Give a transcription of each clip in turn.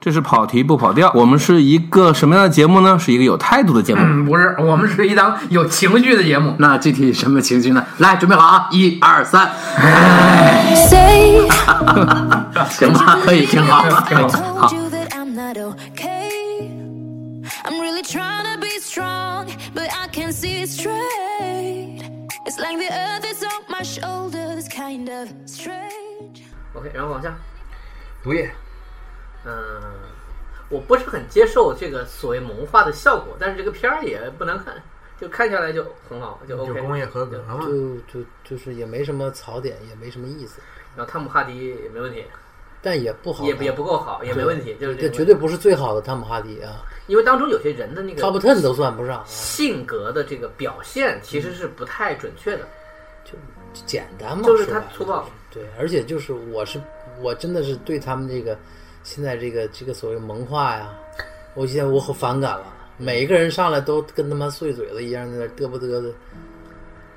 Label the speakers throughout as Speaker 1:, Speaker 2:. Speaker 1: 这是跑题不跑调。我们是一个什么样的节目呢？是一个有态度的节目。
Speaker 2: 嗯，不是，我们是一档有情绪的节目。
Speaker 3: 那具体什么情绪呢？来，准备好啊！一二三，
Speaker 4: Say
Speaker 3: 行吧，可以，挺好。
Speaker 4: I
Speaker 2: 好
Speaker 4: told you that I'm not okay. I'm really trying to be strong, but I can't see it straight. It's like the earth is on my shoulders, kind of strange.
Speaker 2: OK，然后往下，
Speaker 3: 毒液，
Speaker 2: 嗯，我不是很接受这个所谓萌化的效果，但是这个片儿也不难看，就看下来就很好，就 OK。
Speaker 5: 就工业合格
Speaker 2: 啊
Speaker 5: 了嘛。
Speaker 6: 就就就是也没什么槽点，也没什么意思，
Speaker 2: 然后汤姆哈迪也没问题，
Speaker 6: 但也不好
Speaker 2: 也
Speaker 6: 看，
Speaker 2: 也不够好，也没问题，就是
Speaker 6: 这
Speaker 2: 个
Speaker 6: 绝对不是最好的汤姆哈迪啊
Speaker 2: 因为当中有些人的那
Speaker 6: ，Top
Speaker 2: 个
Speaker 6: Ten 都算不上啊，
Speaker 2: 性格的这个表现其实是不太准确的，
Speaker 6: 就简单嘛，
Speaker 2: 就是
Speaker 6: 说
Speaker 2: 他
Speaker 6: 白了
Speaker 2: 粗暴。
Speaker 6: 对，而且就是我是我真的是对他们这个现在这个这个所谓萌化呀，我现在我很反感了。每一个人上来都跟他妈碎嘴子一样，在那嘚不嘚的。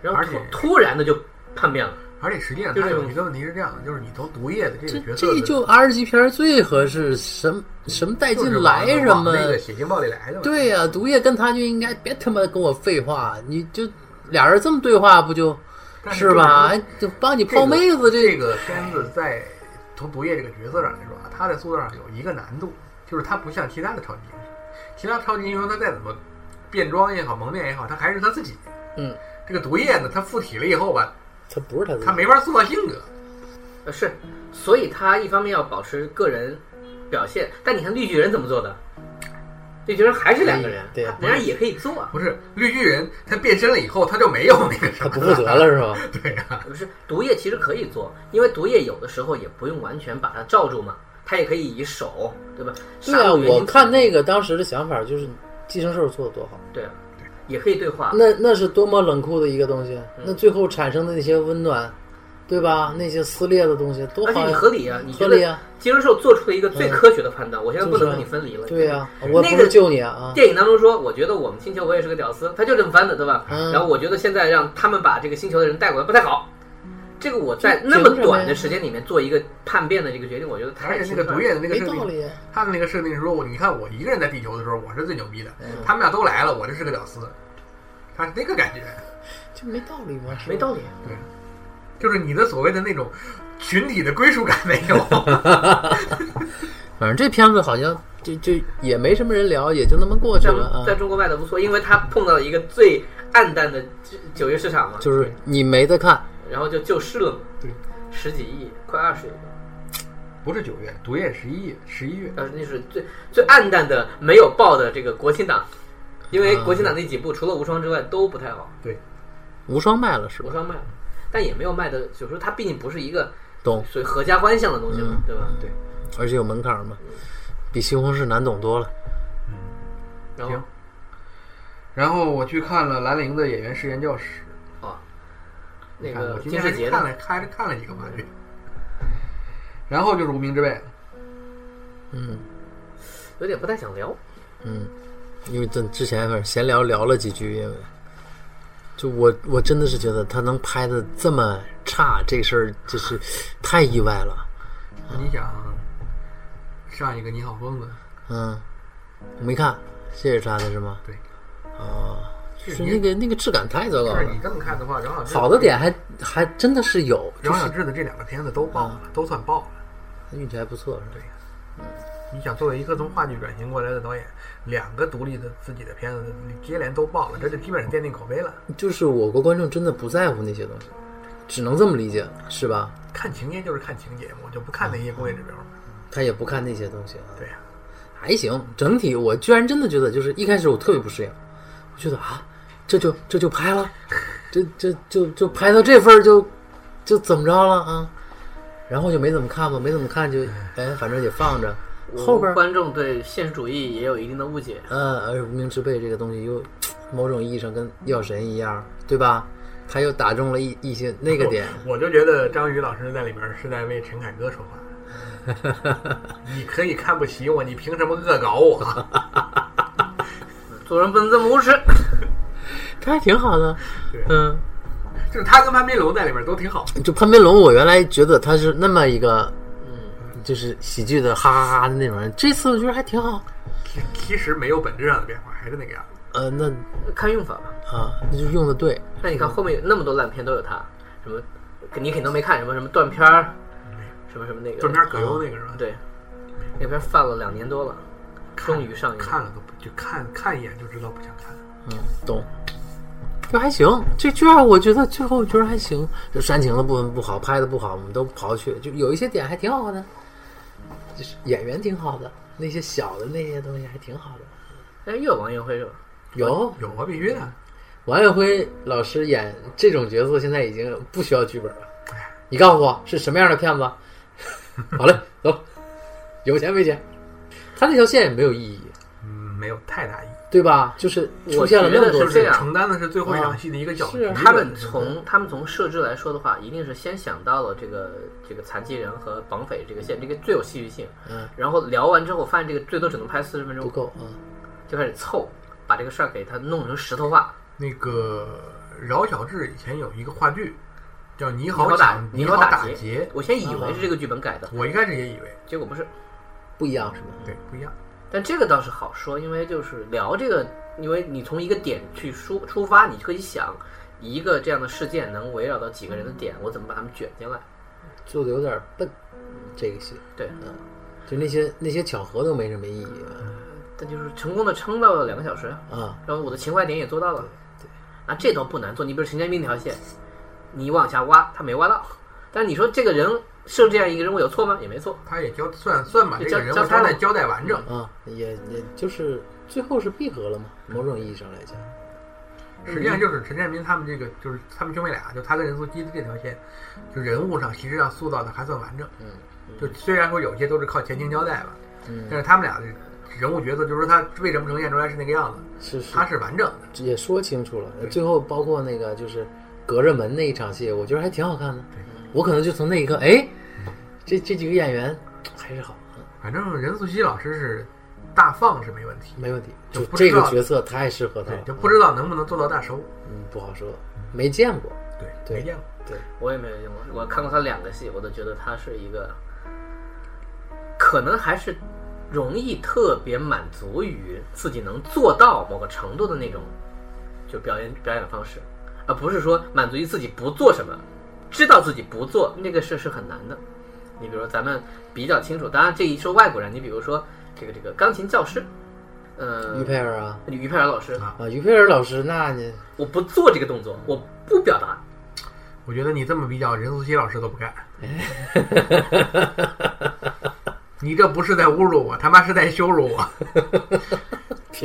Speaker 2: 然后
Speaker 5: 而
Speaker 2: 突
Speaker 5: 且
Speaker 2: 突然的就叛变了。
Speaker 5: 而且实际上，
Speaker 2: 就
Speaker 5: 它
Speaker 2: 是
Speaker 5: 有一个问题是这样的，就是你从毒液的这
Speaker 6: 这
Speaker 5: 个角色
Speaker 6: 这
Speaker 5: 的
Speaker 6: 就 R 级片儿最合适，什么什么带
Speaker 5: 就是往
Speaker 6: 劲来什
Speaker 5: 往
Speaker 6: 么。
Speaker 5: 那个血腥暴力来的嘛。
Speaker 6: 对呀、毒液跟他就应该别他妈跟我废话，你就俩人这么对话不就，
Speaker 5: 但
Speaker 6: 是
Speaker 5: 这个
Speaker 6: 吧？哎就帮你
Speaker 5: 这个
Speaker 6: 泡妹子
Speaker 5: 这
Speaker 6: 个
Speaker 5: 个片子在从毒液这个角色上来说啊，他在塑造上有一个难度，就是他不像其他的超级英雄，其他超级英雄他再怎么变装也好、蒙面也好，他还是他自己。
Speaker 6: 嗯，
Speaker 5: 这个毒液呢，他附体了以后吧，
Speaker 6: 他不是他自己
Speaker 5: 他没法塑造性格。
Speaker 2: 呃，是，所以他一方面要保持个人表现，但你看绿巨人怎么做的？绿巨人还是两个人，
Speaker 6: 对
Speaker 2: 他
Speaker 6: 对
Speaker 2: 人家也可以做啊。
Speaker 5: 不是绿巨人，他变身了以后他就没有那个什
Speaker 6: 他
Speaker 5: 么，
Speaker 6: 不负责了是吧？
Speaker 5: 对啊，
Speaker 2: 不是毒液其实可以做，因为毒液有的时候也不用完全把它罩住嘛，他也可以以手，对吧？
Speaker 6: 对
Speaker 2: 杀
Speaker 6: 啊，
Speaker 2: 戮原因
Speaker 6: 我看那个当时的想法就是《寄生兽》做的多好，
Speaker 2: 对啊，也可以对话。
Speaker 6: 那那是多么冷酷的一个东西，
Speaker 2: 嗯
Speaker 6: 那最后产生的那些温暖，对吧？那些撕裂的东西多
Speaker 2: 而且
Speaker 6: 好
Speaker 2: 你
Speaker 6: 呀
Speaker 2: 合，理啊，你觉
Speaker 6: 合理
Speaker 2: 得
Speaker 6: 啊
Speaker 2: 寄生兽做出了一个最
Speaker 6: 嗯
Speaker 2: 科学的判断，我现在
Speaker 6: 就
Speaker 2: 不能
Speaker 6: 是
Speaker 2: 跟你分离了。
Speaker 6: 对啊呀、我
Speaker 2: 那
Speaker 6: 不
Speaker 2: 个
Speaker 6: 是救你啊啊！
Speaker 2: 电影当中说，我觉得我们星球我也是个屌丝，他就这么翻的，对吧？
Speaker 6: 嗯
Speaker 2: 然后我觉得现在让他们把这个星球的人带过来不太好。这个我在那么短的时间里面做一个叛变的这个决定，我觉得
Speaker 5: 而
Speaker 2: 太
Speaker 5: 且
Speaker 2: 奇
Speaker 5: 那
Speaker 2: 怪
Speaker 5: 个
Speaker 2: 了
Speaker 5: 毒液的那个
Speaker 6: 没
Speaker 5: 设
Speaker 6: 道
Speaker 5: 定，
Speaker 6: 理啊，
Speaker 5: 他的那个设定是说，我你看我一个人在地球的时候，我是最牛逼的，
Speaker 6: 嗯
Speaker 5: 他们俩都来了，我就是个屌丝，他是那个感觉，
Speaker 6: 这没道理吗？是吧
Speaker 2: 没道理。
Speaker 5: 对，就是你的所谓的那种群体的归属感没 有，
Speaker 6: 反正这片子好像就就也没什么人聊，也就那么过去
Speaker 2: 在
Speaker 6: 了
Speaker 5: 嗯
Speaker 6: 啊。
Speaker 2: 在中国卖的不错，因为他碰到了一个最暗淡的九九月市场嘛，
Speaker 6: 就是你没得看，
Speaker 2: 然后就救市了嘛，
Speaker 5: 对，
Speaker 2: 十几亿，快二十亿了，
Speaker 5: 不是九月，毒液十一月，十一月，
Speaker 2: 但是那是最最暗淡的没有爆的这个国庆档，因
Speaker 5: 嗯
Speaker 2: 为国庆档那几部除了无双之外都不太好。
Speaker 5: 对，
Speaker 6: 无双卖了是
Speaker 2: 无
Speaker 6: 吧？
Speaker 2: 双卖了，但也没有卖的，就是说它毕竟不是一个
Speaker 6: 懂，
Speaker 2: 所谓合家欢向的东西
Speaker 5: 嗯
Speaker 2: 嘛，对吧？对。
Speaker 6: 而且有门槛儿嘛，比西红柿难懂多了。
Speaker 2: 然
Speaker 5: 行
Speaker 2: 后
Speaker 5: 然后我去看了兰陵的演员实验教室，
Speaker 2: 那
Speaker 5: 看
Speaker 2: 个
Speaker 5: 我今
Speaker 2: 金
Speaker 5: 天
Speaker 2: 世
Speaker 5: 还
Speaker 2: 杰
Speaker 5: 是
Speaker 2: 的
Speaker 5: 看了，还是看了几个吧，这个然后就是无名之辈，
Speaker 6: 嗯
Speaker 2: 有点不太想聊，
Speaker 6: 嗯，因为咱之前反正闲聊聊了几句，因为就我我真的是觉得他能拍的这么差，这事儿就是太意外了。
Speaker 5: 你想上一个你好疯子，
Speaker 6: 嗯，我没看，谢谢他的是吗？
Speaker 5: 对，
Speaker 6: 啊，就是
Speaker 5: 你
Speaker 6: 那个那个质感太糟糕
Speaker 5: 就是你
Speaker 6: 了。
Speaker 5: 这么看的话，杨小志
Speaker 6: 好的点还还真的是有，就
Speaker 5: 杨小
Speaker 6: 是
Speaker 5: 志的这两个片子都爆了，都算爆了。
Speaker 6: 运气还不错，是吧？
Speaker 5: 你想作为一个从话剧转型过来的导演，两个独立的自己的片子你接连都爆了，这就基本上奠定口碑了。
Speaker 6: 就是我国观众真的不在乎那些东西，只能这么理解，是吧？
Speaker 5: 看情节就是看情节，我就不看那些工业指标。
Speaker 6: 他也不看那些东西啊，
Speaker 5: 对呀、
Speaker 6: 还行。整体我居然真的觉得，就是一开始我特别不适应，我觉得啊，这就这就拍了，这这就就拍到这份儿就就怎么着了啊？然后就没怎么看吧，没怎么看就哎，反正也放着。后边儿
Speaker 2: 观众对现实主义也有一定的误解，
Speaker 6: 呃，而无名之辈这个东西又某种意义上跟药神一样，对吧？他又打中了一一些那个点。
Speaker 5: 我就觉得张宇老师在里面是在为陈凯歌说话。你可以看不起我，你凭什么恶搞我？
Speaker 2: 做人不能这么无耻。
Speaker 6: 他还挺好的
Speaker 5: 对，
Speaker 6: 嗯，
Speaker 5: 就是他跟潘斌龙在里面都挺好。
Speaker 6: 就潘斌龙，我原来觉得他是那么一个，嗯，就是喜剧的哈哈哈的那种人。这次我觉得还挺好。
Speaker 5: 其其实没有本质上的变化，还是那个样子。
Speaker 6: 呃，那
Speaker 2: 看用法吧。
Speaker 6: 啊，那就用的对。
Speaker 2: 那
Speaker 5: 嗯
Speaker 2: 你看后面有那么多烂片都有他，什么你肯定都没看，什么什么断片儿，什么什么那个
Speaker 5: 断片儿葛优那个是吧？，
Speaker 2: 对，那片犯了两年多了，终于上映了
Speaker 5: 看了都不就看看一眼就知道不想看。
Speaker 6: 嗯，懂。就还行，这这样我觉得最后觉得还行。就煽情的部分不好，拍的不好，我们都刨去，就有一些点还挺好的，就是演员挺好的，那些小的那些东西还挺好的。
Speaker 2: 哎，又有王彦辉是吧？
Speaker 6: 有
Speaker 5: 有啊，必须的。
Speaker 6: 王彦辉老师演这种角色，现在已经不需要剧本了。你告诉我是什么样的骗子？好嘞，走，有钱没钱？他那条线也没有意义，
Speaker 5: 嗯，没有太大意义。
Speaker 6: 对吧？就是出
Speaker 2: 我
Speaker 6: 现了
Speaker 2: 觉
Speaker 6: 那么
Speaker 2: 得
Speaker 6: 多
Speaker 2: 是
Speaker 5: 这
Speaker 2: 这
Speaker 6: 次
Speaker 2: 样
Speaker 5: 承担的是最后一场戏的一个角
Speaker 6: 是
Speaker 5: 色。
Speaker 6: 啊
Speaker 2: 他们
Speaker 5: 嗯
Speaker 2: 从他们从设置来说的话，一定是先想到了这个这个残疾人和绑匪这个线，这个最有戏剧性。
Speaker 6: 嗯，
Speaker 2: 然后聊完之后，发现这个最多只能拍四十分
Speaker 6: 不
Speaker 2: 钟，
Speaker 6: 够啊。
Speaker 2: 就开始凑，把这个事儿给他弄成石头化。
Speaker 5: 那个饶小志以前有一个话剧叫《你
Speaker 2: 你
Speaker 5: 好
Speaker 2: 好打
Speaker 5: 抢，，
Speaker 2: 你
Speaker 5: 好
Speaker 2: 好
Speaker 5: 打嗯
Speaker 2: 劫。
Speaker 5: 劫
Speaker 2: 我先以为是这个剧本改的》，，
Speaker 5: 我一开始也以为
Speaker 2: 结果不是。
Speaker 6: 不一样是吧？
Speaker 5: 对不一样。
Speaker 2: 但这个倒是好说，因为就是聊这个，因为你从一个点去出出发，你可以想一个这样的事件能围绕到几个人的点，我怎么把他们卷进来？
Speaker 6: 做的有点笨，这个戏嗯
Speaker 2: 对，
Speaker 6: 就那些那些巧合都没什么意义
Speaker 2: 但就是成功的撑到了两个小时啊。
Speaker 6: 啊。
Speaker 2: 然后我的情怀点也做到了。啊，这都不难做。你比如陈建斌那条线，你往下挖，他没挖到。但是你说这个人设这样一个人物有错吗？也没错。
Speaker 5: 他也交算算把这
Speaker 2: 交
Speaker 5: 个人
Speaker 2: 交
Speaker 5: 物
Speaker 2: 叉
Speaker 5: 交
Speaker 2: 了
Speaker 5: 代交代完整，
Speaker 6: 啊，也也就是最后是闭合了嘛，某种意义上来讲，
Speaker 5: 实际上就是陈建斌他们这个就是他们兄妹俩，就他跟任素汐的这条线，就人物上其实上塑造的还算完整。
Speaker 6: 嗯，
Speaker 5: 就虽然说有些都是靠前情交代吧，
Speaker 6: 嗯
Speaker 5: 但是他们俩的人物角色，就是说他为什么呈现出来是那个样子，
Speaker 6: 是是
Speaker 5: 他是完整的。
Speaker 6: 也说清楚了。最后包括那个就是隔着门那一场戏，我觉得还挺好看的。我可能就从那一刻，哎，这这几个演员还是好，嗯
Speaker 5: 反正任素汐老师是大放是没问题，
Speaker 6: 没问题。
Speaker 5: 就
Speaker 6: 就
Speaker 5: 不
Speaker 6: 这
Speaker 5: 知道
Speaker 6: 个角色太适合他
Speaker 5: 对，
Speaker 6: 了
Speaker 5: 就，不知道能不能做到大收。
Speaker 6: 嗯，不好说，没见过。
Speaker 5: 对，
Speaker 6: 对
Speaker 5: 没见过。
Speaker 2: 我也没有见过，我看过他两个戏，我都觉得他是一个，可能还是容易特别满足于自己能做到某个程度的那种，就表演表演的方式，而不是说满足于自己不做什么，知道自己不做那个事是很难的。你比如说咱们比较清楚，当然这一说外国人，你比如说这个这个钢琴教师，呃
Speaker 6: 于，佩尔啊
Speaker 2: 于佩尔老师，
Speaker 6: 啊，于佩尔老师，那你
Speaker 2: 我不做这个动作，我不 表达，
Speaker 5: 我觉得你这么比较，任素汐老师都不干。
Speaker 6: 哎
Speaker 5: 你这不是在侮辱我，他妈是在羞辱我！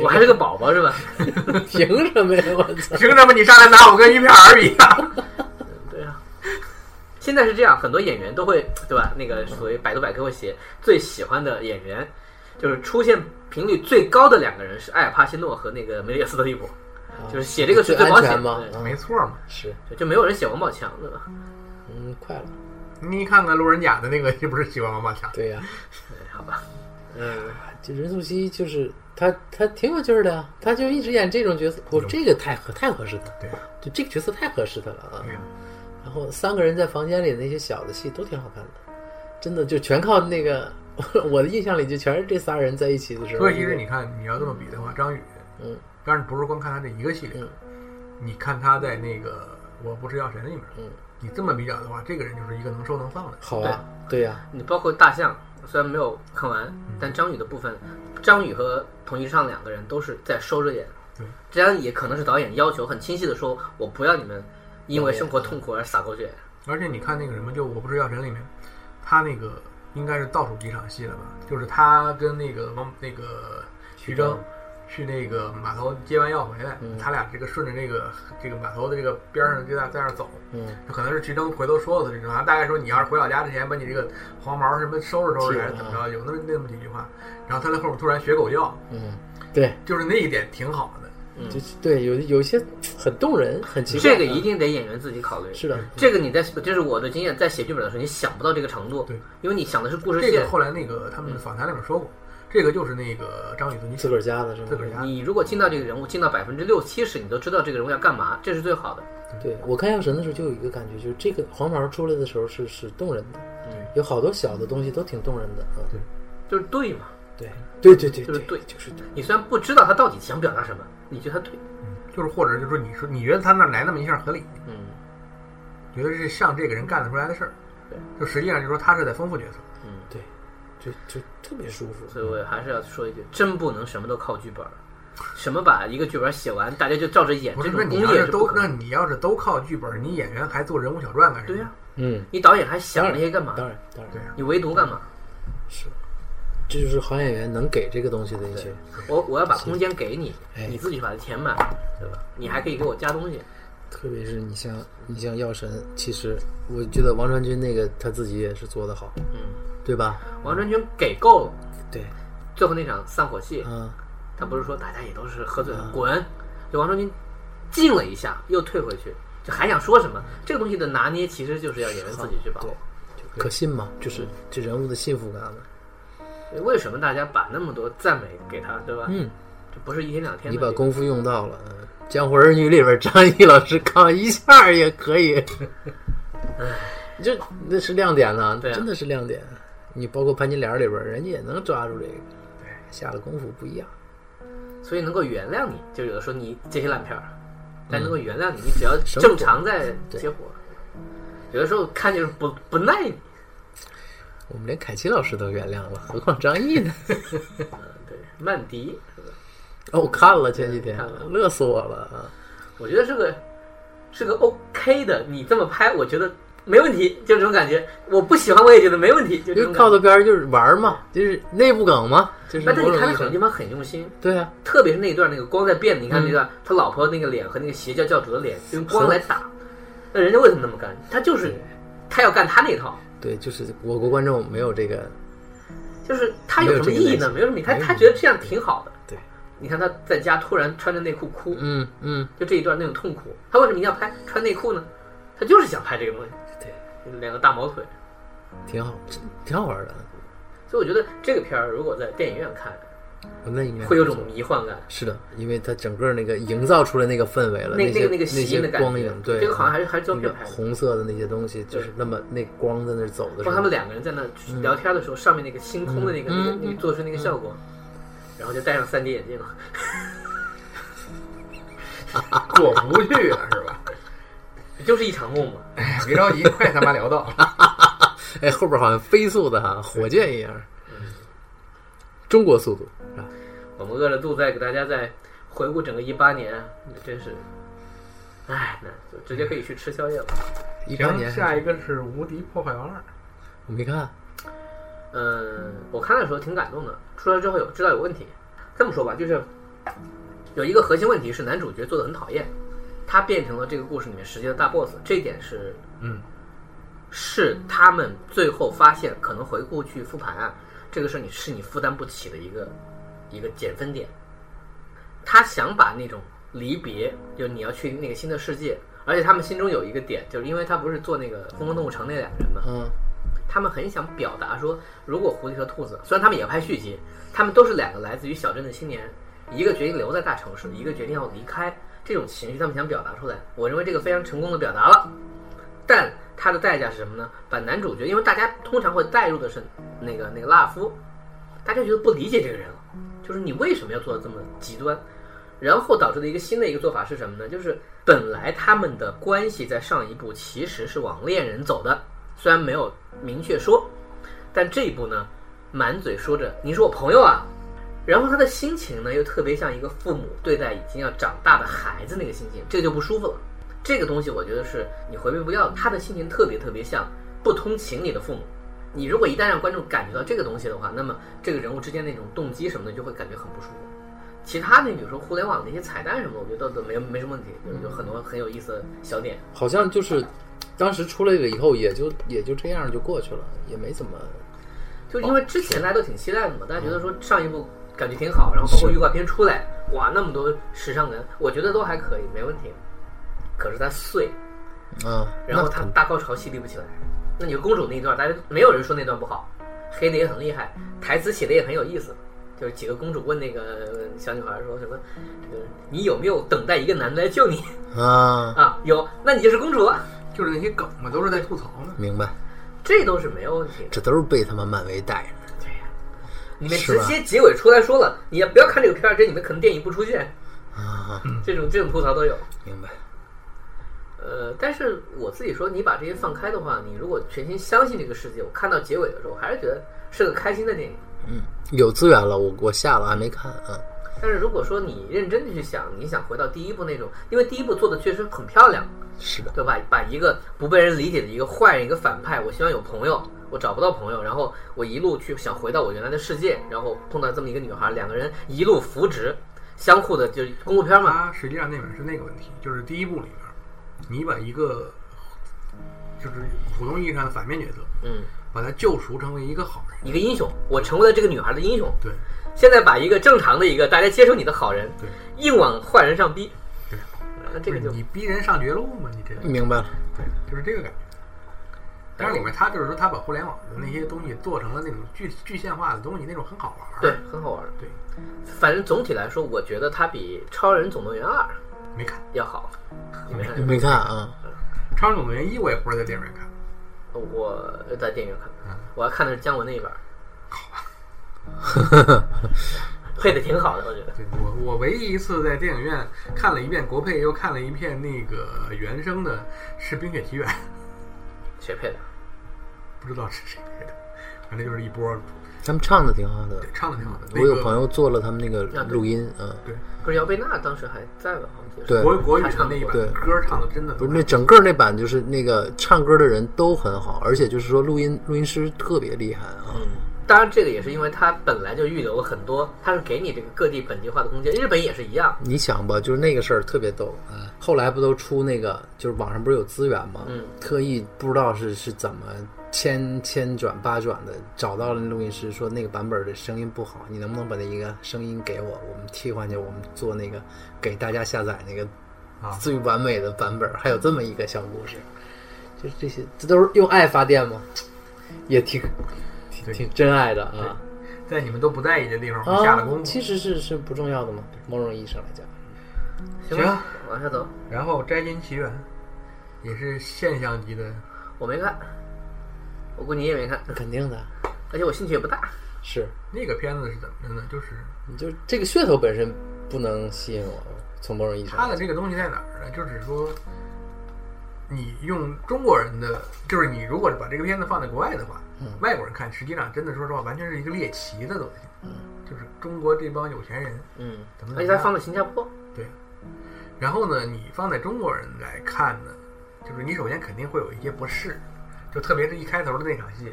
Speaker 2: 我还是个宝宝是吧？
Speaker 6: 凭什么呀？我操！
Speaker 5: 凭什么你上来拿我跟于片儿比啊？
Speaker 2: 对啊，现在是这样，很多演员都会对吧？那个所谓百度百科会写最喜欢的演员，就是出现频率最高的两个人是艾尔帕西诺和那个梅丽尔斯特利普，就是写这个是
Speaker 6: 最
Speaker 2: 最保
Speaker 6: 啊安
Speaker 2: 险
Speaker 6: 全吗？
Speaker 2: 对
Speaker 6: 啊
Speaker 5: 没错嘛，
Speaker 6: 是，
Speaker 2: 就就没有人写王宝强对吧？
Speaker 6: 嗯，快了，
Speaker 5: 你看看路人甲的那个，是不是喜欢王宝强？
Speaker 6: 对 呀、
Speaker 2: 哎，好吧，嗯，
Speaker 6: 就任素汐就是她，她挺有劲儿的啊，她就一直演这种角色，我这个太合太合适她，
Speaker 5: 对
Speaker 6: 就这个角色太合适她了啊。
Speaker 5: 对呀
Speaker 6: 然后三个人在房间里那些小的戏都挺好看的，真的就全靠那个， 我的印象里就全是这仨人在一起的时候。
Speaker 5: 所以其实你看，你要这么比的话，张宇，
Speaker 6: 嗯，
Speaker 5: 当然不是光看他这一个系列，
Speaker 6: 嗯
Speaker 5: 你看他在那个《我不是药神》里面，
Speaker 6: 嗯，
Speaker 5: 你这么比较的话，这个人就是一个能收能放 的。
Speaker 6: 好啊，对呀、
Speaker 2: 你包括大象，虽然没有看完，
Speaker 6: 嗯
Speaker 2: 但张宇的部分，张宇和彭昱畅两个人都是在收着演
Speaker 6: 嗯
Speaker 5: 对。
Speaker 2: 这样也可能是导演要求很清晰的说，我不要你们因为生活痛苦而洒狗血。
Speaker 5: 而且你看那个什么，就《我不是药神》里面，他那个应该是倒数几场戏了吧？就是他跟那个王那个徐峥去那个码头接完药回来，他俩这个顺着这个这个码头的这个边上就在在那儿走，
Speaker 6: 嗯，
Speaker 5: 可能是徐峥回头说了他这句话，大概说你要是回老家之前把你这个黄毛什么收拾收拾还是怎么着，有那么那么几句话。然后他在后面突然学狗叫，
Speaker 6: 嗯，对，
Speaker 5: 就是那一点挺好的。
Speaker 6: 就对，有有一些很动人，很奇怪。
Speaker 2: 这个一定得演员自己考虑。
Speaker 6: 是
Speaker 5: 嗯
Speaker 6: 的，
Speaker 2: 这个你在这是我的经验，在写剧本的时候，你想不到这个程度，
Speaker 5: 对，
Speaker 2: 因为你想的是故事
Speaker 5: 这
Speaker 2: 线
Speaker 5: 个。后来那个他们访谈里面说过，这个就是那个张雨自己
Speaker 6: 自个儿家的是吗？
Speaker 5: 自个儿家
Speaker 2: 你如果进到这个人物，进到百分之六七十，你都知道这个人物要干嘛，这是最好的。
Speaker 6: 对我看《药神》的时候就有一个感觉，就是这个黄毛出来的时候是是动人的，
Speaker 2: 嗯
Speaker 6: 有好多小的东西都挺动人的。嗯，
Speaker 2: 就是对嘛。
Speaker 6: 对，对对对
Speaker 2: 就是
Speaker 6: 对，
Speaker 2: 对
Speaker 6: 就是对。
Speaker 2: 你虽然不知道他到底想表达什么，你觉得他对，
Speaker 5: 就是或者就是说你说你觉得他那来那么一下合理，
Speaker 2: 嗯，
Speaker 5: 觉得是像这个人干得出来的事儿，
Speaker 2: 对，
Speaker 5: 就实际上就是说他是在丰富角色，
Speaker 2: 嗯
Speaker 6: 对，就就特别舒服。
Speaker 2: 所以我还是要说一句，真不能什么都靠剧本儿，什么把一个剧本写完，大家就照着演，
Speaker 5: 不
Speaker 2: 这
Speaker 5: 是？
Speaker 2: 种
Speaker 5: 那
Speaker 2: 工
Speaker 5: 你要
Speaker 2: 业
Speaker 5: 是
Speaker 2: 是不
Speaker 5: 都
Speaker 2: 可
Speaker 5: 那
Speaker 2: 能。
Speaker 5: 你要是都靠剧本，你演员还做人物小传干什么？
Speaker 2: 对呀、
Speaker 6: 嗯，
Speaker 2: 你导演还想那些干嘛？
Speaker 6: 当然当然
Speaker 5: 对，呀、
Speaker 2: 你唯独干嘛？
Speaker 6: 这就是好演员能给这个东西的一些。
Speaker 2: 我我要把空间给你
Speaker 6: 哎，
Speaker 2: 你自己把它填满，对吧？你还可以给我加东西，
Speaker 6: 特别是你像你像药神，其实我觉得王传君那个他自己也是做的好，
Speaker 2: 嗯，
Speaker 6: 对吧？
Speaker 2: 王传君给够了。
Speaker 6: 对，
Speaker 2: 最后那场散伙戏，
Speaker 6: 嗯，
Speaker 2: 他不是说大家也都是喝醉了滚，就王传君静了一下，又退回去，就还想说什么？这个东西的拿捏其实就是要演员自己去把握。
Speaker 6: 可信嘛，
Speaker 2: 嗯
Speaker 6: 就是这人物的幸福感嘛。
Speaker 2: 所以为什么大家把那么多赞美给他，对吧？
Speaker 6: 嗯，
Speaker 2: 这不是一天两天的。
Speaker 6: 你把功夫用到了，嗯《江湖儿女》里边张译老师扛一下儿也 可以，这那是亮点呐、
Speaker 2: 对啊
Speaker 6: 真的是亮点。你包括潘金莲里边，人家也能抓住这个，哎下了功夫不一样。
Speaker 2: 所以能够原谅你，就有的说你这些烂片儿，但能够原谅你，你只要正常在接嗯活。有的时候看就是不不耐你，
Speaker 6: 我们连凯奇老师都原谅了，何况张译呢？
Speaker 2: 对，曼迪，
Speaker 6: 哦，我看了前几天
Speaker 2: 看了，
Speaker 6: 乐死我了啊！
Speaker 2: 我觉得是个是个 OK 的，你这么拍，我觉得没问题，就这种感觉。我不喜欢我也觉得没问题，就这
Speaker 6: 因为
Speaker 2: 种
Speaker 6: 靠
Speaker 2: 感
Speaker 6: 的
Speaker 2: 觉。
Speaker 6: 片儿就是玩儿嘛，就是内部梗嘛，就是
Speaker 2: 哎但
Speaker 6: 某
Speaker 2: 是你
Speaker 6: 种
Speaker 2: 看他
Speaker 6: 意义
Speaker 2: 很多
Speaker 6: 上
Speaker 2: 地。方很用心，
Speaker 6: 对啊，
Speaker 2: 特别是那一段那个光在变，你看那段、他老婆那个脸和那个邪教教主的脸用光来打，那人家为什么那么干？他就是他要干他那套，
Speaker 6: 对，就是我国观众没有这个，
Speaker 2: 就是他有什么意义呢？没有什么意义，他他觉得这样挺好的。
Speaker 6: 对，
Speaker 2: 你看他在家突然穿着内裤哭，
Speaker 6: 嗯嗯，
Speaker 2: 就这一段那种痛苦，他为什么一定要拍穿内裤呢？他就是想拍这个东西，
Speaker 6: 对，
Speaker 2: 两个大毛腿。
Speaker 6: 挺好，真挺好玩儿的。
Speaker 2: 所以我觉得这个片儿如果在电影院看，
Speaker 6: 我那应该
Speaker 2: 会有种迷幻感，
Speaker 6: 是的，因为它整个那个营造出来那个氛围了，
Speaker 2: 那
Speaker 6: 些
Speaker 2: 那个那
Speaker 6: 那
Speaker 2: 个吸引的
Speaker 6: 些
Speaker 2: 感觉
Speaker 6: 光影，对，
Speaker 2: 这个好像还是还是胶
Speaker 6: 那
Speaker 2: 片
Speaker 6: 个
Speaker 2: 拍的。
Speaker 6: 红色的那些东西，就是那么那光在那儿走
Speaker 2: 包
Speaker 6: 的时
Speaker 2: 括
Speaker 6: 候，
Speaker 2: 他们两个人在那
Speaker 6: 嗯
Speaker 2: 聊天的时候，上面那个星空的那个、那个、那个做出那个效果，然后就戴上 3D 眼镜了。
Speaker 5: 过不去了是吧？
Speaker 2: 就是一场梦嘛，
Speaker 5: 哎别着急，快他妈聊到了，
Speaker 6: 哎，后边好像飞速的哈，火箭一样，中国速度是吧？
Speaker 2: 我们饿了肚子再给大家再回顾整个一八年，真是，哎，那就直接可以去吃宵夜了。
Speaker 6: 一八
Speaker 5: 行，
Speaker 6: 年
Speaker 5: 下一个是《无敌破坏王二》，
Speaker 6: 我没看，
Speaker 2: 嗯，我看的时候挺感动的，出来之后有知道有问题。这么说吧，就是有一个核心问题是男主角做的很讨厌，他变成了这个故事里面实际的大 boss，这一点是
Speaker 5: 嗯，
Speaker 2: 是他们最后发现，可能回顾去复盘啊，这个事儿你是你负担不起的一个一个减分点。他想把那种离别，就是你要去那个新的世界，而且他们心中有一个点，就是因为他不是做那个《疯狂动物城》那俩人嘛，
Speaker 6: 嗯，
Speaker 2: 他们很想表达说，如果狐狸和兔子，虽然他们也拍续集，他们都是两个来自于小镇的青年，一个决定留在大城市，一个决定要离开，这种情绪他们想表达出来。我认为这个非常成功的表达了，但它的代价是什么呢？把男主角，因为大家通常会带入的是那个那个拉尔夫，大家觉得不理解这个人了，就是你为什么要做的这么极端？然后导致的一个新的一个做法是什么呢？就是本来他们的关系在上一部其实是往恋人走的，虽然没有明确说，但这一步呢，满嘴说着你是我朋友啊，然后他的心情呢又特别像一个父母对待已经要长大的孩子那个心情，这就不舒服了。这个东西我觉得是你回避不掉的，他的心情特别特别像不通情理的父母。你如果一旦让观众感觉到这个东西的话，那么这个人物之间那种动机什么的就会感觉很不舒服。其他的，比如说互联网的一些彩蛋什么的，我觉得都没没什么问题，有有很多很有意思的小点。
Speaker 6: 好像就是当时出来了以后，也就也就这样就过去了，也没怎么
Speaker 2: 就因为之前大家都挺期待的嘛，大家觉得说上一部感觉挺好，然后包括预告片出来，哇，那么多时尚人，我觉得都还可以，没问题。可是它碎，
Speaker 6: 啊，
Speaker 2: 然后
Speaker 6: 那
Speaker 2: 它大高潮戏立不起来。那你说公主那一段，大家没有人说那段不好，黑的也很厉害，台词写的也很有意思。就是几个公主问那个小女孩说什么，这个你有没有等待一个男的来救你
Speaker 6: 啊，
Speaker 2: 啊？有，那你就是公主啊。
Speaker 5: 就是那些梗嘛，都是在吐槽嘛。
Speaker 6: 明白，
Speaker 2: 这都是没有问题的。
Speaker 6: 这都是被他妈漫威带着的。
Speaker 2: 你们
Speaker 6: 是
Speaker 2: 直
Speaker 6: 吧
Speaker 2: 接结尾出来说了，你不要看这个片儿，这你们可能电影不出现。这种这种吐槽都有。
Speaker 6: 啊明白？
Speaker 2: 呃，但是我自己说，你把这些放开的话，你如果全心相信这个世界，我看到结尾的时候，我还是觉得是个开心的电影。
Speaker 6: 有资源了，我我下了还没看啊。
Speaker 2: 但是如果说你认真的去想，你想回到第一部那种，因为第一部做的确实很漂亮，
Speaker 6: 是的，
Speaker 2: 对吧？把一个不被人理解的一个坏人、一个反派，我希望有朋友，我找不到朋友，然后我一路去想回到我原来的世界，然后碰到这么一个女孩，两个人一路扶植，相互的就是公路片嘛。
Speaker 5: 它实际上那边是那个问题，就是第一部里边，你把一个就是普通意义上的反面角色，
Speaker 2: 嗯，
Speaker 5: 把他救赎成为一个好人，
Speaker 2: 一个英雄，我成为了这个女孩的英雄。
Speaker 5: 对，
Speaker 2: 现在把一个正常的一个大家接受你的好人
Speaker 5: 对，
Speaker 2: 硬往坏人上逼，
Speaker 5: 对
Speaker 2: 那这个
Speaker 5: 就
Speaker 2: 就是嗯
Speaker 5: 你逼人上绝路嘛，你这个
Speaker 6: 明白了。
Speaker 5: 对，就是这个感觉。但是里面他就是说，他把互联网的那些东西做成了那种具具象化的东西，那种很好玩儿。
Speaker 2: 对很好玩。
Speaker 5: 对，
Speaker 2: 反正总体来说，我觉得它比《超人总动员二
Speaker 5: 没看》
Speaker 2: 要好。你没看？
Speaker 6: 没看啊？
Speaker 5: 《超人总动员一》，我也不是在电影院看，
Speaker 2: 我呃在电影院看的，我要看的是姜文那一版，配的挺好的，我觉得。
Speaker 5: 对我我唯一一次在电影院看了一遍国配，又看了一遍那个原声的，是《冰雪奇缘》，
Speaker 2: 谁配的？
Speaker 5: 不知道是谁配的，反正就是一波
Speaker 6: 他们唱的挺好的，
Speaker 5: 唱的挺好的。
Speaker 6: 我
Speaker 5: 那
Speaker 6: 有朋
Speaker 5: 个
Speaker 6: 友做了他们那个录音啊。
Speaker 2: 不是姚贝娜当时还在吧？好像记得是。
Speaker 6: 对
Speaker 5: 国国语的那一版
Speaker 6: 对
Speaker 5: 歌唱的真的
Speaker 6: 不是那整个那版就是那个唱歌的人都很好，而且就是说录音录音师特别厉害啊。
Speaker 2: 当然，这个也是因为它本来就预留了很多，它是给你这个各地本地化的空间。日本也是一样，
Speaker 6: 你想吧，就是那个事儿特别逗。
Speaker 5: 嗯
Speaker 6: 后来不都出那个，就是网上不是有资源吗？
Speaker 2: 嗯
Speaker 6: 特意不知道是是怎么千千转八转的找到了录音师，说那个版本的声音不好，你能不能把那一个声音给我，我们替换去，我们做那个给大家下载那个
Speaker 5: 啊
Speaker 6: 最完美的版本。还有这么一个小故事，就是这些，这都是用爱发电吗？也挺
Speaker 5: 对
Speaker 6: 挺真爱的啊
Speaker 5: 在你们都不在意的地方下了
Speaker 6: 啊
Speaker 5: 功！夫。
Speaker 6: 其实是是不重要的嘛，某种意义上来讲。
Speaker 2: 行
Speaker 5: 行
Speaker 2: 吧
Speaker 5: 啊，
Speaker 2: 往下走。
Speaker 5: 然后《摘金奇缘》也是现象级的，
Speaker 2: 我没看，我估计你也没看，
Speaker 6: 肯定的，
Speaker 2: 而且我兴趣也不大。
Speaker 6: 是，
Speaker 5: 那个片子是怎么着呢？就是
Speaker 6: 你就这个噱头本身不能吸引我，从某种意义上
Speaker 5: 它
Speaker 6: 来
Speaker 5: 的
Speaker 6: 讲，
Speaker 5: 这个东西在哪儿呢？就是说，你用中国人的，就是你如果是把这个片子放在国外的话，
Speaker 2: 嗯
Speaker 5: 外国人看，实际上真的说实话，完全是一个猎奇的东西。就是中国这帮有钱人，
Speaker 2: 嗯
Speaker 5: 怎么，
Speaker 2: 而且它放在新加坡，
Speaker 5: 对。然后呢，你放在中国人来看呢，就是你首先肯定会有一些不适，就特别是一开头的那场戏，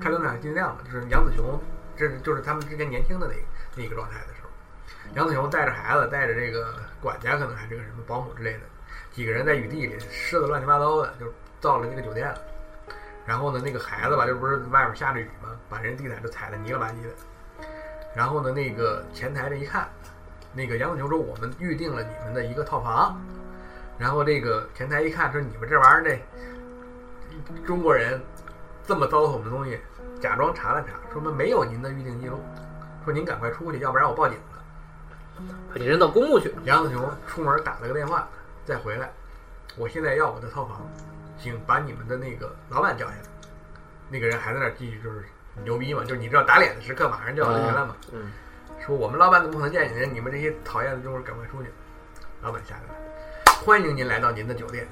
Speaker 5: 开头那场戏是这样的，就是杨子雄，这是就是他们之前年轻的那那个状态的时候，杨子雄带着孩子，带着这个管家，可能还是个什么保姆之类的，几个人在雨地里湿的乱七八糟的，就到了那个酒店了。然后呢，那个孩子吧，这不是外面下着雨嘛，把人地毯都踩得泥了吧唧的。然后呢，那个前台这一看，那个杨子雄说我们预定了你们的一个套房，然后这个前台一看说你们这玩意儿这中国人这么糟蹋我们东西，假装查了查，说我们没有您的预定记录，说您赶快出去，要不然我报警了。
Speaker 2: 把你扔到公墓去。
Speaker 5: 杨子雄出门打了个电话，再回来，我现在要我的套房，请把你们的那个老板叫下来。那个人还在那儿继续就是牛逼嘛，就是你知道打脸的时刻马上就要来了嘛。
Speaker 2: 嗯，
Speaker 5: 说我们老板怎么可能见你呢？你们这些讨厌的中国人赶快出去！老板下来了，欢迎您来到您的酒店。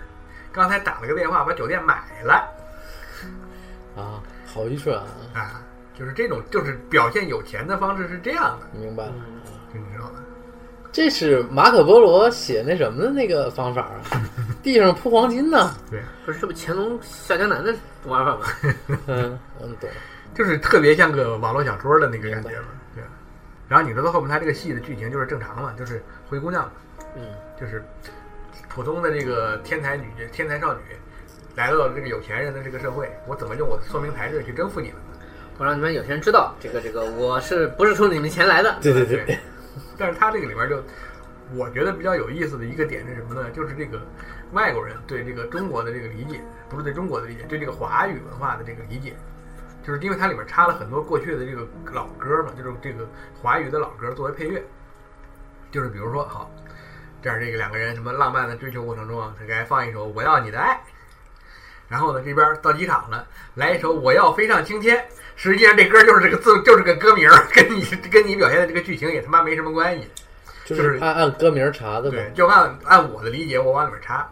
Speaker 5: 刚才打了个电话，把酒店买了
Speaker 6: 啊，好愚蠢啊！
Speaker 5: 啊，就是这种，就是表现有钱的方式是这样的，
Speaker 6: 明白了，
Speaker 5: 就你知道吧？
Speaker 6: 这是马可波罗写那什么的那个方法啊，地上铺黄金 呢。
Speaker 5: 对，
Speaker 2: 不是这不乾隆下江南的玩法吗？
Speaker 6: 嗯，我懂。
Speaker 5: 就是特别像个网络小说的那个感觉嘛。对。然后你知道后面他这个戏的剧情就是正常嘛，就是灰姑娘嘛，
Speaker 2: 嗯，
Speaker 5: 就是普通的这个天才女、天才少女，来到了这个有钱人的这个社会，我怎么用我的聪明才智去征服你们呢？
Speaker 2: 我让你们有钱人知道，这个这个我是不是冲你们钱来的？
Speaker 6: 对对对，
Speaker 5: 对， 但是他这个里面就，我觉得比较有意思的一个点是什么呢？就是这个外国人对这个中国的这个理解，不是对中国的理解，对这个华语文化的这个理解，就是因为它里面插了很多过去的这个老歌嘛，就是这个华语的老歌作为配乐，就是比如说好，这儿这个两个人什么浪漫的追求过程中啊，他给大家放一首《我要你的爱》，然后呢，这边到机场了，来一首《我要飞上青天》，实际上这歌就是这个字，就是个歌名儿， 跟你跟你表现的这个剧情也他妈没什么关系。
Speaker 6: 就是按按歌名查的嘛。
Speaker 5: 对，就按按我的理解，我往里面插。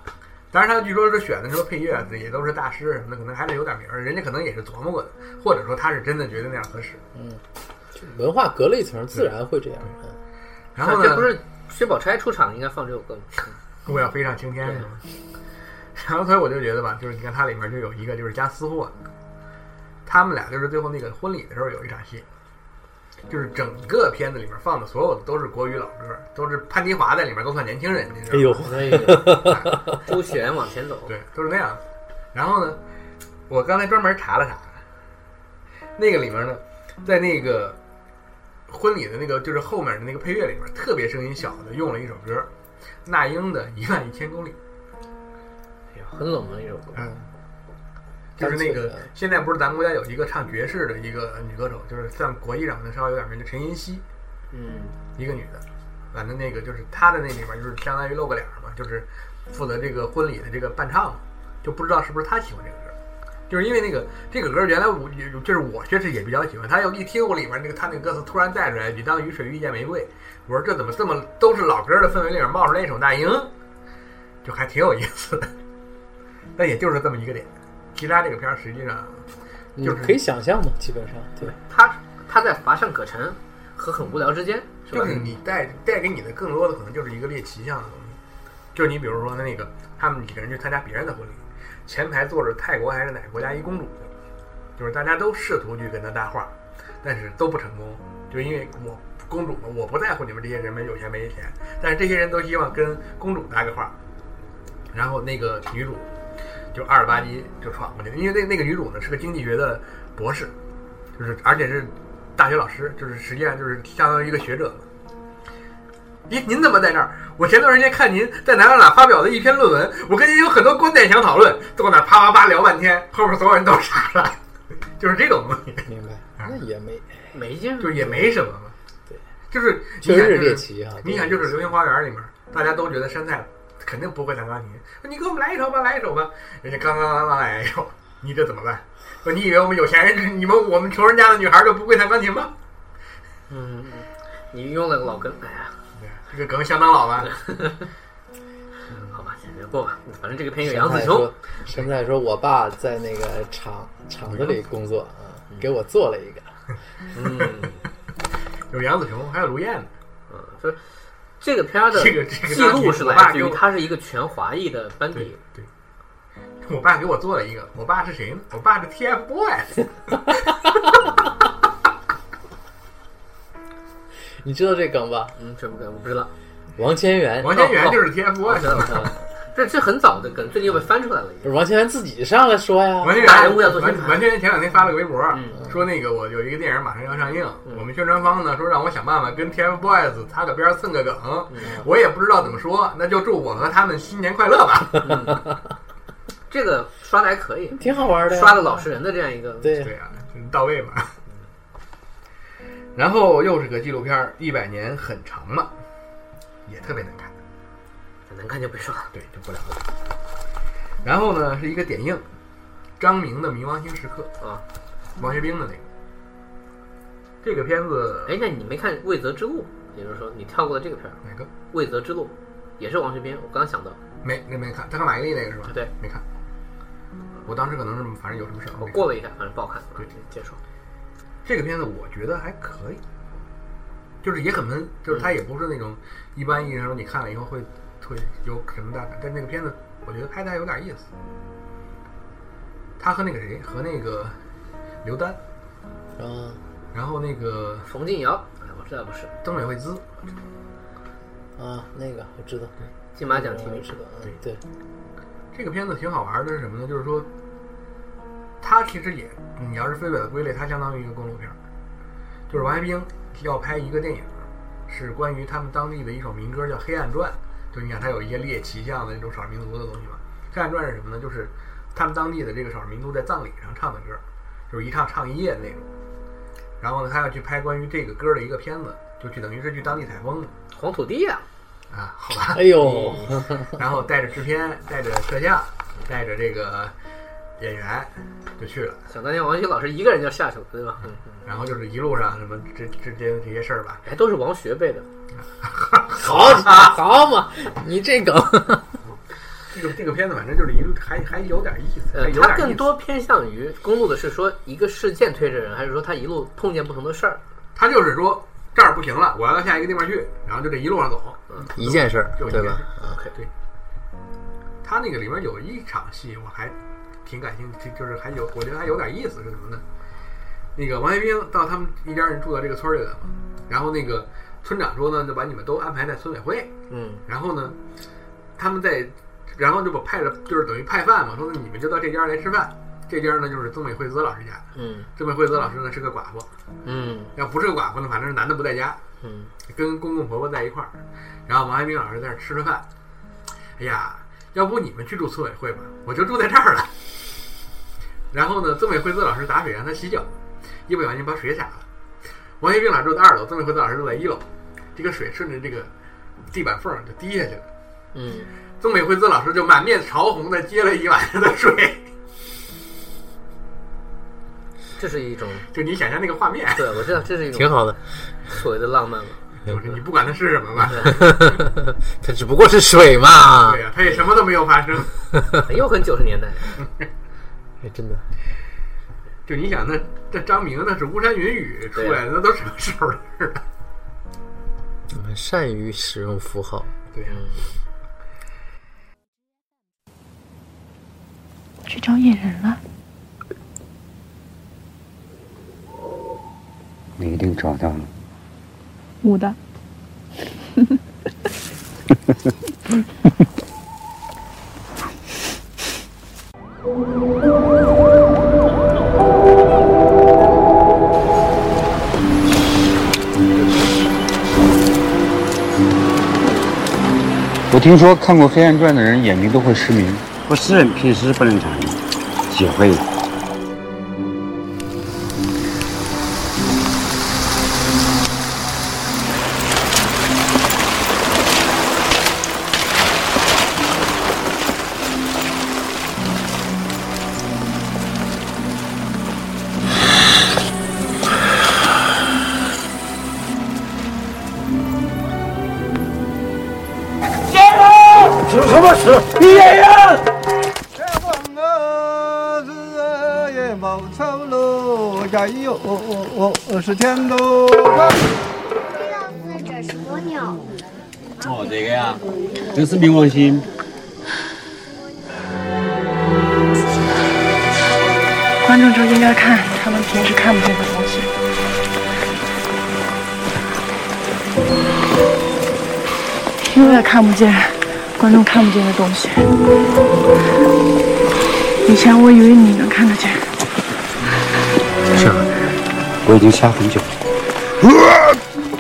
Speaker 5: 当然，他据说是选的什么配乐啊也都是大师什么的，可能还是有点名儿，人家可能也是琢磨过的，或者说他是真的觉得那样合适。
Speaker 6: 文化隔了一层，自然会这样。嗯
Speaker 5: 然后呢，
Speaker 2: 啊这不是薛宝钗出场应该放这首 歌吗？
Speaker 5: 我要飞上青天是吗？然后所以我就觉得吧，就是你看它里面就有一个就是加私货的，他们俩就是最后那个婚礼的时候有一场戏，就是整个片子里面放的所有的都是国语老歌，都是潘迪华在里面都算年轻人，你知道
Speaker 6: 哎
Speaker 5: 吗？
Speaker 6: 呦，
Speaker 2: 所 以《朱璇往前走》
Speaker 5: 对，都是那样的。然后呢，我刚才专门查了查，那个里面呢，在那个婚礼的那个就是后面的那个配乐里面，特别声音小的用了一首歌，那英的《一万一千公里》，
Speaker 2: 哎呀很冷门一首歌。
Speaker 5: 嗯，就是那个现在不是咱们国家有一个唱爵士的一个女歌手，就是算国际上的稍微有点名的陈妍希，
Speaker 2: 嗯，
Speaker 5: 一个女的，反正那个就是她的那里面就是相当于露个脸儿嘛，就是负责这个婚礼的这个伴唱嘛，就不知道是不是她喜欢这个歌儿，就是因为那个这个歌儿原来我也就是我确实也比较喜欢，她又一听我里面那个她那个歌词突然带出来一句“当雨水遇见玫瑰”，我说这怎么这么都是老歌儿的氛围里面冒出来一首那英，就还挺有意思的， 但也就是这么一个点，其他这个片儿实际上啊
Speaker 6: 你
Speaker 5: 就是
Speaker 6: 嗯可以想象嘛，基本上对。
Speaker 2: 他他在乏善可陈和很无聊之间，是吧
Speaker 5: 就是你带带给你的更多的可能就是一个猎奇向的东西，就是你比如说那个他们几个人去参加别人的婚礼，前排坐着泰国还是哪个国家一公主，就是大家都试图去跟她搭话，但是都不成功，就因为我公主嘛，我不在乎你们这些人们有钱没钱，但是这些人都希望跟公主搭个话，然后那个女主就二十八级就闯过去了，因为那那个女主呢是个经济学的博士，就是而且是大学老师，就是实际上就是相当于一个学者嘛。您您怎么在这儿？我前段时间看您在哪哪哪发表的一篇论文，我跟您有很多观点想讨论，坐那啪啪啪聊半天，后面所有人都傻了，就是这种东西，
Speaker 6: 明白，那也没，
Speaker 2: 没劲儿。
Speaker 5: 就是也没什么嘛。
Speaker 6: 对，
Speaker 5: 就是
Speaker 6: 确实
Speaker 5: 你看
Speaker 6: 是
Speaker 5: 就
Speaker 6: 猎奇啊
Speaker 5: 你
Speaker 6: 对
Speaker 5: 想，就是《流星花园》里面，大家都觉得山菜肯定不会弹钢琴，你给我们来一首吧，来一首吧，人家刚刚刚刚来一首，你这怎么办？说你以为我们有钱人，你们我们穷人家的女孩就不会弹钢琴吗？
Speaker 2: 嗯，你用了个老根，哎呀，
Speaker 5: 对这个梗相当老吧？
Speaker 2: 好吧，先过吧，反正这个片有
Speaker 6: 神
Speaker 2: 杨
Speaker 6: 菜
Speaker 2: 紫琼
Speaker 6: 说，，神菜说，我爸在那个厂厂子里工作啊，给我做了一个。
Speaker 2: 嗯，
Speaker 5: 有杨紫琼，还有卢燕呢。
Speaker 2: 嗯，就是这个片儿的
Speaker 5: 这个这个
Speaker 2: 记录是
Speaker 5: 我爸
Speaker 2: 来自
Speaker 5: 给
Speaker 2: 于
Speaker 5: 我
Speaker 2: 它是一个全华裔的班底，
Speaker 5: 对，我爸给我做了一个，我爸是谁呢？我爸是 TFBOYS，
Speaker 6: 你知道这梗吧？
Speaker 2: 嗯，这不跟我不知道，
Speaker 6: 王千源，
Speaker 5: 王千源就是
Speaker 2: 我知
Speaker 5: TFBOYS，
Speaker 2: 道，我知道，这这很早的梗，最近又被翻出来了已经。
Speaker 6: 王千源自己上来说呀，
Speaker 5: 王千
Speaker 2: 哦大
Speaker 5: 源
Speaker 2: 人物要做宣
Speaker 5: 王
Speaker 2: 传
Speaker 5: 王千源前两天发了个微博，
Speaker 2: 嗯
Speaker 5: 说那个我有一个电影马上要上映，我们宣传方呢说让我想办法跟 TFBOYS 擦个边儿蹭个梗，
Speaker 2: 嗯
Speaker 5: 我也不知道怎么说，那就祝我和他们新年快乐吧。
Speaker 2: 嗯这个刷的还可以，
Speaker 6: 挺好玩的呀，
Speaker 2: 刷的老实人的这样一个，
Speaker 6: 对
Speaker 5: 对啊，就是到位嘛。然后又是个纪录片儿，一百年很长嘛，也特别难看。
Speaker 2: 难看就别说了。
Speaker 5: 对，就不聊了。然后呢，是一个点映，张明的《冥王星时刻
Speaker 2: 啊，》，
Speaker 5: 王学兵的那个。这个片子
Speaker 2: 哎，那你没看《未泽之路》，也就是说你跳过了这个片儿，
Speaker 5: 哪个？
Speaker 2: 《未泽之路》也是王学兵，我刚想到，
Speaker 5: 没，那没看，他跟马伊琍那个是吧？
Speaker 2: 对，
Speaker 5: 没看。我当时可能是反正有什么事儿，
Speaker 2: 我
Speaker 5: 没看
Speaker 2: 过了一下，反正不好看，
Speaker 5: 对
Speaker 2: 结束。
Speaker 5: 这个片子我觉得还可以，就是也很闷，就是
Speaker 2: 嗯
Speaker 5: 它也不是那种一般意义上说你看了以后会会有什么大感，但那个片子我觉得拍的还有点意思。他和那个谁，和那个刘丹，
Speaker 6: 嗯，
Speaker 5: 然后那个
Speaker 2: 冯敬尧，哎，我知道不是
Speaker 5: 曾美惠孜，
Speaker 6: 啊，那个我知道，
Speaker 2: 金马奖提
Speaker 6: 我
Speaker 5: 呃
Speaker 2: 名
Speaker 6: 知道，嗯
Speaker 5: 对
Speaker 6: 对，
Speaker 5: 这个片子挺好玩的是什么呢？就是说，它其实也，你要是非表的归类，它相当于一个公路片儿。就是王学兵要拍一个电影，是关于他们当地的一首民歌，叫《黑暗传》。就你看，它有一些猎奇像的那种少数民族的东西嘛。《黑暗传》是什么呢？就是他们当地的这个少数民族在葬礼上唱的歌，就是一唱唱一夜的那种。然后呢，他要去拍关于这个歌的一个片子，就去等于是去当地采风嘛
Speaker 2: 黄土地啊，
Speaker 5: 啊，好吧。
Speaker 6: 哎呦，
Speaker 5: 然后带着制片，带着摄像，带着这个演员就去了，
Speaker 2: 想当年王学老师一个人就下去了，对吧？嗯，
Speaker 5: 然后就是一路上什么这这这这些事儿吧，
Speaker 2: 还哎都是王学背的。
Speaker 6: 好好嘛，你这梗，
Speaker 5: 这个这个片子反正就是一路还还有点意思，还
Speaker 2: 呃，
Speaker 5: 有
Speaker 2: 它
Speaker 5: 点意
Speaker 2: 更
Speaker 5: 思
Speaker 2: 多偏向于公路的是说一个事件推着人，还是说他一路碰见不同的事儿？
Speaker 5: 他就是说这儿不行了，我要到下一个地方去，然后就这一路上走。
Speaker 6: 一件事儿，
Speaker 5: 就一
Speaker 6: 对
Speaker 5: 件
Speaker 6: 吧
Speaker 5: 事？
Speaker 2: ？OK，
Speaker 5: 对，他那个里面有一场戏我还挺感兴趣，就是还有我觉得还有点意思是什么呢？那个王学兵到他们一家人住到这个村儿里来嘛，然后那个村长说呢，就把你们都安排在村委会，
Speaker 2: 嗯，
Speaker 5: 然后呢，他们在，然后就把派了，就是等于派饭嘛，说你们就到这家来吃饭。这家呢就是曾美惠子老师家，
Speaker 2: 嗯
Speaker 5: 曾美惠子老师呢是个寡妇，
Speaker 2: 嗯
Speaker 5: 要不是个寡妇呢，反正是男的不在家，
Speaker 2: 嗯，
Speaker 5: 跟公公婆婆在一块儿，然后王爱兵老师在那儿吃着饭。哎呀，要不你们去住村委会吧，我就住在这儿了。然后呢，曾美惠子老师打水让他洗脚，一不小心把水洒了。王学兵老师住在二楼，曾美惠子老师住在一楼，这个水顺着这个地板缝儿就滴下去了。
Speaker 2: 嗯，
Speaker 5: 曾美惠子老师就满面潮红的接了一晚上的水，
Speaker 2: 这是一种，
Speaker 5: 就你想象那个画面，
Speaker 2: 对我知道这是一种
Speaker 6: 挺好的。
Speaker 2: 所谓的浪漫嘛。
Speaker 5: 就是你不管它是什么吧，
Speaker 6: 它只不过是水嘛
Speaker 5: 对，呀、他也什么都没有发生。
Speaker 2: 又很九十年代，
Speaker 6: 哎真的，
Speaker 5: 就你想，那这张明那是巫山云雨出来的，那都什么时候的事儿啊？
Speaker 6: 我们善于使用符号。嗯
Speaker 5: 对呀、
Speaker 7: 去找野人了。
Speaker 8: 你一定找到了。
Speaker 7: 五的，
Speaker 8: 我听说看过《黑暗传》的人眼睛都会失明，不是平时不能眨眼，也会。
Speaker 9: 我日夜冒愁喽，哎呦，哦哦，是天喽！
Speaker 10: 这是蜗牛。
Speaker 8: 哦，这个呀，这是冥王星。
Speaker 7: 观众就应该看他们平时看不见的东西。永远看不见，观众看不见的东西。以前我以为你能看得见，
Speaker 8: 我已经瞎很久了。